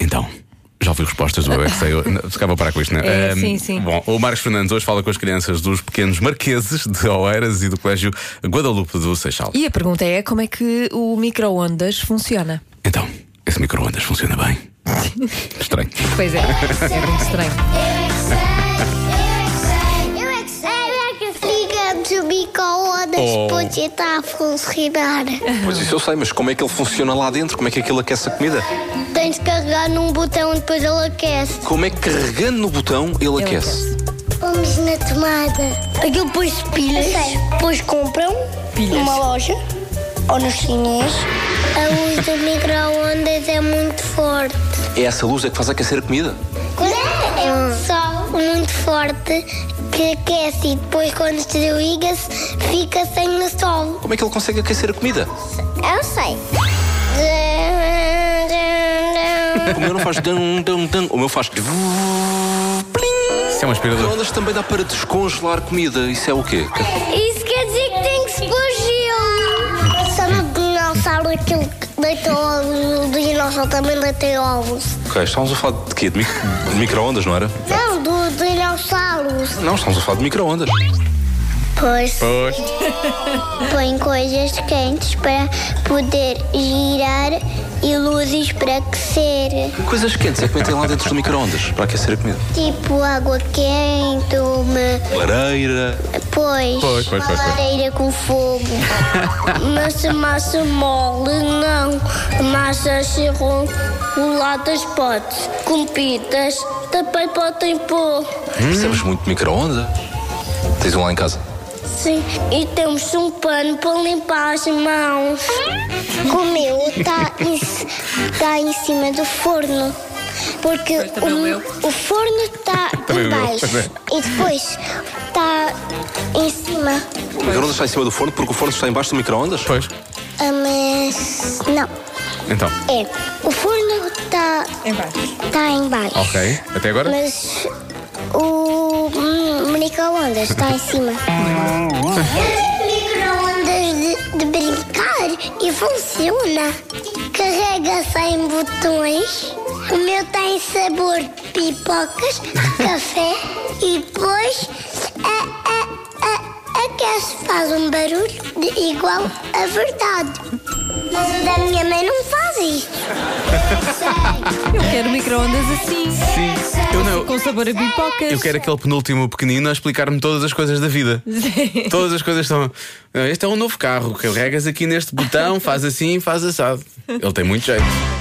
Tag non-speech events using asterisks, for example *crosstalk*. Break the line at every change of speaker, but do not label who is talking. Então. Já ouvi respostas do Eu é que sei. Eu ficava para com isto, não
É,
Ahm,
sim, sim.
Bom, o Marcos Fernandes hoje fala com as crianças dos pequenos marqueses de Oeiras e do Colégio Guadalupe do Seixal.
E a pergunta é como é que o micro-ondas funciona?
Então, esse micro-ondas funciona bem?
*laughs*
Estranho.
Pois é, é muito estranho.
Ligamos o micro-ondas
Oh.
para tentar funcionar.
Pois isso eu sei, mas como é que ele funciona lá dentro? Como é que aquilo aquece a comida?
Tens de carregar num botão e depois ele aquece.
Como é que carregando no botão ele, aquece?
Vamos na tomada. Aquilo depois pilhas, depois compram numa loja ou nos chinês. A luz do micro-ondas é muito forte.
É essa luz é que faz aquecer a comida?
É um sol muito forte que aquece e depois quando desliga-se fica sem o sol.
Como é que ele consegue aquecer a comida?
Eu sei.
O meu não faz dum, dum, dum. O meu faz.
Isso é um aspirador.
Ondas também dá para descongelar comida. Isso é o quê?
Isso quer dizer que tem que se pôr gelo. Só no dinossauro aquilo que deitou ovos, o dinossauro também deitou ovos.
Ok, estávamos a falar de quê? De, mic de micro-ondas, não era?
Não, do dinossauros.
Não, estávamos a falar de micro-ondas.
Pois
Pois.
põe coisas quentes para poder girar e luzes para aquecer.
Coisas quentes é que metem lá dentro do micro-ondas para aquecer a comida.
Tipo água quente, uma
Lareira.
Pois,
Pois,
pois, pois, pois.
uma lareira
*laughs*
com fogo. Mas se a massa mole, não. A massa chirroladas pode. Com pitas, também podem pôr.
Percebes muito de micro-ondas? Tens um lá em casa.
Sim, e temos um pano para limpar as mãos. Comeu, está em, tá em cima do forno. Porque o, o forno está
Também
em
eu,
baixo
também.
e depois está em cima.
O micro-ondas está em cima do forno porque o forno está embaixo do micro-ondas?
Pois.
Ah, Mas não.
Então,
É, o forno está tá em baixo.
ok. Até agora?
Mas o hum, micro-ondas está em cima. micro-ondas de, de brincar e funciona. Carrega 100 botões. O meu tem sabor pipocas, *laughs* café e depois é, a, a, a, aquece, é faz um barulho de igual a verdade. Mas o da minha mãe não faz isso.
Eu quero micro-ondas assim,
Sim. Eu não.
com sabor a pipocas.
Eu quero aquele penúltimo pequenino a explicar-me todas as coisas da vida.
*laughs*
Todas as coisas estão. eh, Este é um novo carro. Carregas aqui neste botão, faz assim, faz assado. Ele tem muito jeito.